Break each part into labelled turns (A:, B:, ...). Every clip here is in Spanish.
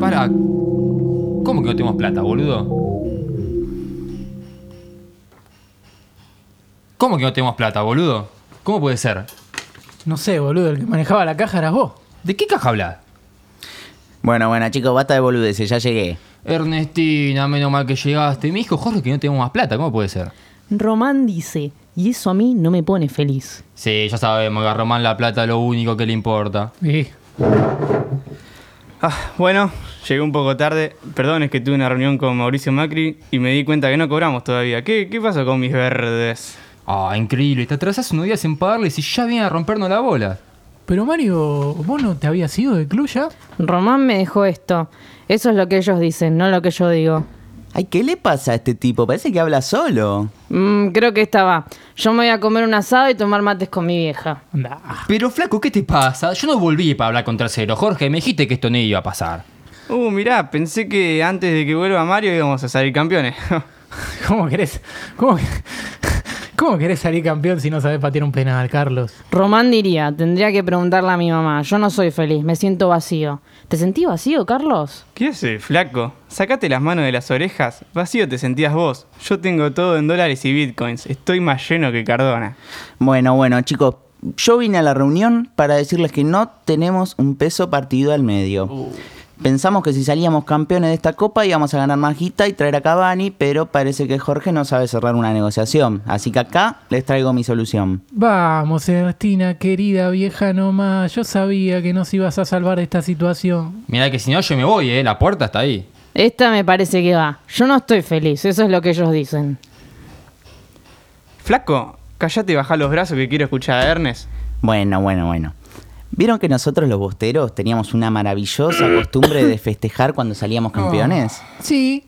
A: Para. ¿Cómo que no tenemos plata, boludo? ¿Cómo que no tenemos plata, boludo? ¿Cómo puede ser?
B: No sé, boludo, el que manejaba la caja eras vos.
A: ¿De qué caja hablas?
C: Bueno, bueno, chicos, basta de boludeces, ya llegué.
A: Ernestina, menos mal que llegaste. Me dijo Jorge que no tenemos más plata, ¿cómo puede ser?
D: Román dice, y eso a mí no me pone feliz.
A: Sí, ya sabemos que a Román la plata es lo único que le importa.
B: Sí.
E: Ah, bueno, llegué un poco tarde. Perdón, es que tuve una reunión con Mauricio Macri y me di cuenta que no cobramos todavía. ¿Qué, qué pasó con mis verdes?
A: Ah, increíble, te atrasás unos días en pagarles y ya vienen a rompernos la bola.
B: Pero Mario, ¿vos no te habías ido del club ya?
D: Román me dejó esto. Eso es lo que ellos dicen, no lo que yo digo.
C: Ay, ¿qué le pasa a este tipo? Parece que habla solo.
D: Mm, creo que esta va. Yo me voy a comer un asado y tomar mates con mi vieja.
B: Anda.
A: Pero flaco, ¿qué te pasa? Yo no volví para hablar con tercero, Jorge, me dijiste que esto no iba a pasar.
E: Uh, mirá, pensé que antes de que vuelva Mario íbamos a salir campeones.
B: ¿Cómo querés? ¿Cómo, cómo querés salir campeón si no sabés patear un penal, Carlos?
D: Román diría, tendría que preguntarle a mi mamá. Yo no soy feliz, me siento vacío. ¿Te sentí vacío, Carlos?
E: ¿Qué hace, flaco? Sacate las manos de las orejas. Vacío te sentías vos. Yo tengo todo en dólares y bitcoins. Estoy más lleno que Cardona.
C: Bueno, bueno, chicos, yo vine a la reunión para decirles que no tenemos un peso partido al medio. Pensamos que si salíamos campeones de esta copa íbamos a ganar más guita y traer a Cavani, pero parece que Jorge no sabe cerrar una negociación. Así que acá les traigo mi solución.
B: Vamos, Ernestina, querida vieja nomás. Yo sabía que nos ibas a salvar de esta situación.
A: Mirá que si no yo me voy, eh, la puerta está ahí.
D: Esta me parece que va. Yo no estoy feliz, eso es lo que ellos dicen.
E: Flaco, callate y bajá los brazos que quiero escuchar a Ernest.
C: Bueno, bueno, bueno. ¿Vieron que nosotros los bosteros teníamos una maravillosa costumbre de festejar cuando salíamos campeones?
B: Sí.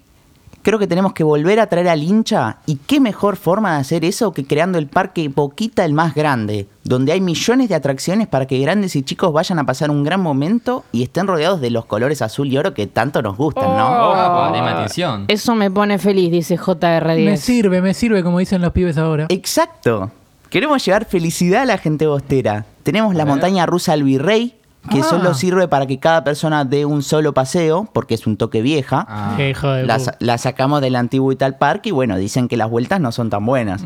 C: Creo que tenemos que volver a traer al hincha y qué mejor forma de hacer eso que creando el parque Boquita el más grande, donde hay millones de atracciones para que grandes y chicos vayan a pasar un gran momento y estén rodeados de los colores azul y oro que tanto nos gustan, ¿no?
A: Ah, poneme atención.
D: Eso me pone feliz, dice JR10.
B: Me sirve, me sirve, como dicen los pibes ahora.
C: Exacto. Queremos llevar felicidad a la gente bostera. Tenemos la montaña rusa al virrey, que
B: Ah.
C: solo sirve para que cada persona dé un solo paseo, porque es un toque vieja.
A: Ah.
B: Eh, hijo de
C: La,
B: pu-
C: sa- la sacamos del antiguo y tal parque y bueno, dicen que las vueltas no son tan buenas.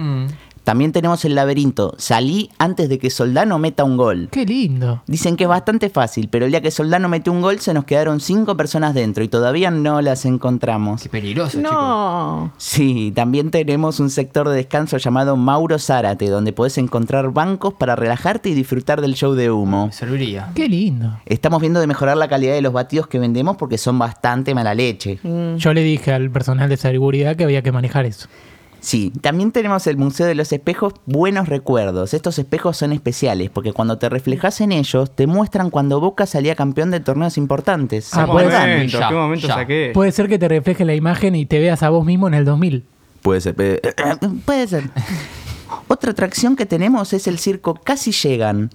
C: También tenemos el laberinto. Salí antes de que Soldano meta un gol.
B: Qué lindo.
C: Dicen que es bastante fácil, pero el día que Soldano metió un gol se nos quedaron cinco personas dentro y todavía no las encontramos.
A: Qué peligroso, chicos.
D: No.
C: Sí, también tenemos un sector de descanso llamado Mauro Zárate, donde podés encontrar bancos para relajarte y disfrutar del show de humo.
A: Me serviría.
B: Qué lindo.
C: Estamos viendo de mejorar la calidad de los batidos que vendemos porque son bastante mala leche.
B: Yo le dije al personal de seguridad que había que manejar eso.
C: Sí, también tenemos el Museo de los Espejos Buenos Recuerdos. Estos espejos son especiales porque cuando te reflejas en ellos te muestran cuando Boca salía campeón de torneos importantes. ¿Se
B: Ah,
E: ¿Qué
B: puede
C: acuerdan?
A: ser.
E: momento?
A: Ya,
E: ¿Qué momento
A: ya.
E: saqué?
B: Puede ser que te refleje la imagen y te veas a vos mismo en el 2000.
C: Puede ser. eh, pe- Puede ser. Otra atracción que tenemos es el circo Casi Llegan,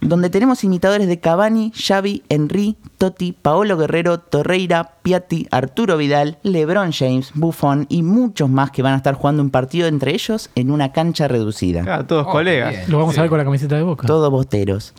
C: donde tenemos imitadores de Cavani, Xavi, Henry, Totti, Paolo Guerrero, Torreira, Piatti, Arturo Vidal, LeBron James, Buffon y muchos más que van a estar jugando un partido entre ellos en una cancha reducida.
E: Ah, todos
A: Oh,
E: colegas.
A: bien.
B: Lo vamos a ver con la camiseta de boca.
C: Todos bosteros.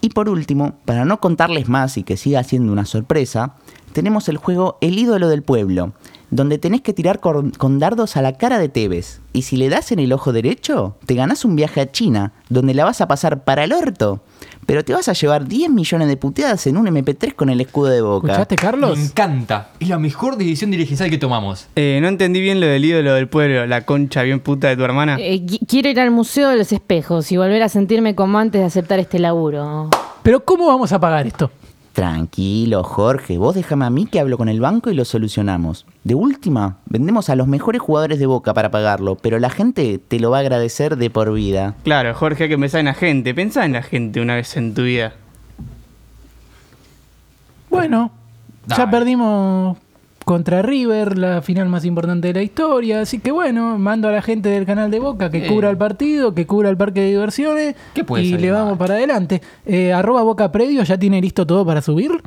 C: Y por último, para no contarles más y que siga siendo una sorpresa, tenemos el juego El ídolo del pueblo, donde tenés que tirar con, con dardos a la cara de Tevez. Y si le das en el ojo derecho, te ganás un viaje a China, donde la vas a pasar para el orto. Pero te vas a llevar 10 millones de puteadas en un MP3 con el escudo de boca.
B: ¿Escuchaste, Carlos?
A: Me encanta. Es la mejor decisión dirigencial que tomamos.
E: Eh, no entendí bien lo del ídolo del pueblo, la concha bien puta de tu hermana.
D: Eh, qui- quiero ir al Museo de los Espejos y volver a sentirme como antes de aceptar este laburo.
B: Pero ¿cómo vamos a pagar esto?
C: Tranquilo, Jorge, vos déjame a mí que hablo con el banco y lo solucionamos. De última, vendemos a los mejores jugadores de Boca para pagarlo, pero la gente te lo va a agradecer de por vida.
E: Claro, Jorge, hay que pensar en la gente. Pensá en la gente una vez en tu vida.
B: Bueno, ya
A: Dale.
B: perdimos contra River, la final más importante de la historia. Así que bueno, mando a la gente del canal de Boca que
A: Sí.
B: cubra el partido, que cubra el parque de diversiones.
A: ¿Qué puede
B: y
A: salir
B: le vamos
A: mal?
B: para adelante. Eh, arroba Boca Predio, ¿ya tiene listo todo para subir?